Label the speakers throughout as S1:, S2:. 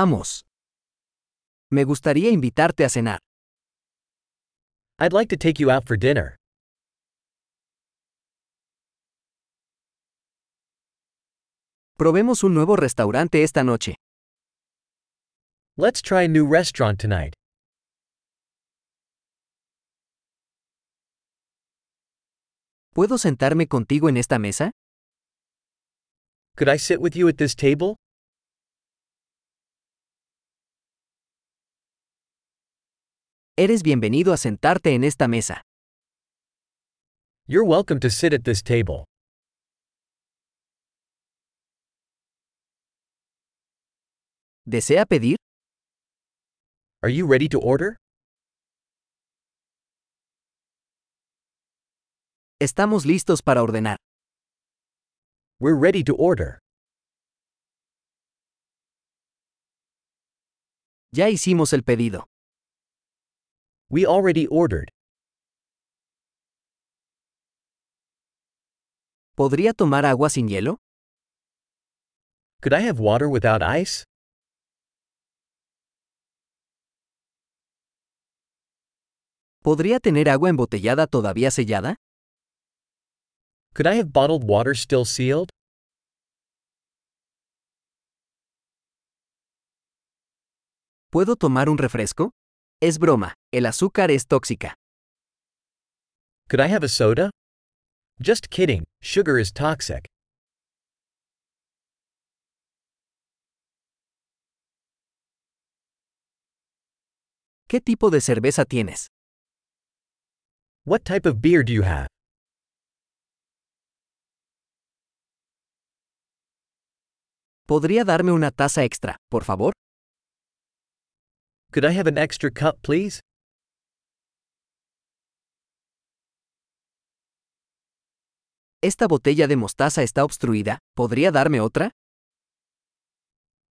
S1: Vamos. Me gustaría invitarte a cenar.
S2: I'd like to take you out for dinner.
S1: Probemos un nuevo restaurante esta noche.
S2: Let's try a new restaurant tonight.
S1: ¿Puedo sentarme contigo en esta mesa?
S2: Could I sit with you at this table?
S1: Eres bienvenido a sentarte en esta mesa.
S2: You're welcome to sit at this table.
S1: ¿Desea pedir?
S2: Are you ready to order?
S1: Estamos listos para ordenar.
S2: We're ready to order.
S1: Ya hicimos el pedido.
S2: We already ordered.
S1: ¿Podría tomar agua sin hielo?
S2: Could I have water without ice?
S1: ¿Podría tener agua embotellada todavía sellada?
S2: Could I have bottled water still sealed?
S1: ¿Puedo tomar un refresco? Es broma, el azúcar es tóxica.
S2: Could I have a soda? Just kidding, sugar is toxic.
S1: ¿Qué tipo de cerveza tienes?
S2: What type of beer do you have?
S1: ¿Podría darme una taza extra, por favor?
S2: Could I have an extra cup, please?
S1: Esta botella de mostaza está obstruida, ¿podría darme otra?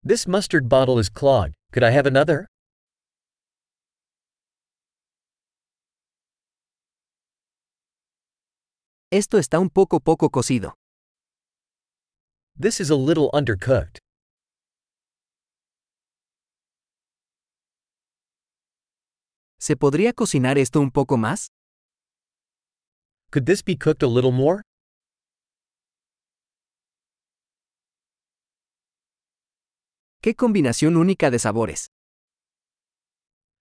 S2: This mustard bottle is clogged. Could I have another?
S1: Esto está un poco poco cocido.
S2: This is a little undercooked.
S1: ¿Se podría cocinar esto un poco más?
S2: Could this be cooked a little more?
S1: ¡Qué combinación única de sabores!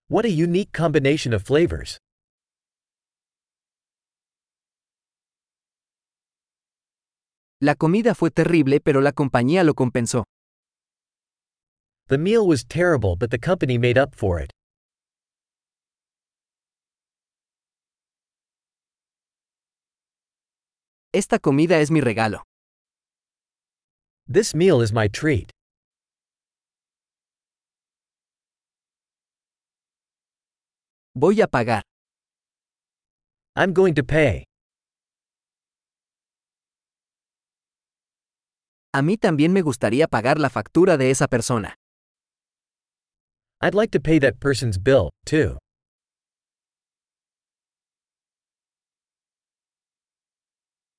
S2: What a unique combination of flavors.
S1: La comida fue terrible pero la compañía lo compensó.
S2: The meal was terrible, but the company made up for it.
S1: Esta comida es mi regalo.
S2: This meal is my treat.
S1: Voy a pagar.
S2: I'm going to pay.
S1: A mí también me gustaría pagar la factura de esa persona.
S2: I'd like to pay that person's bill, too.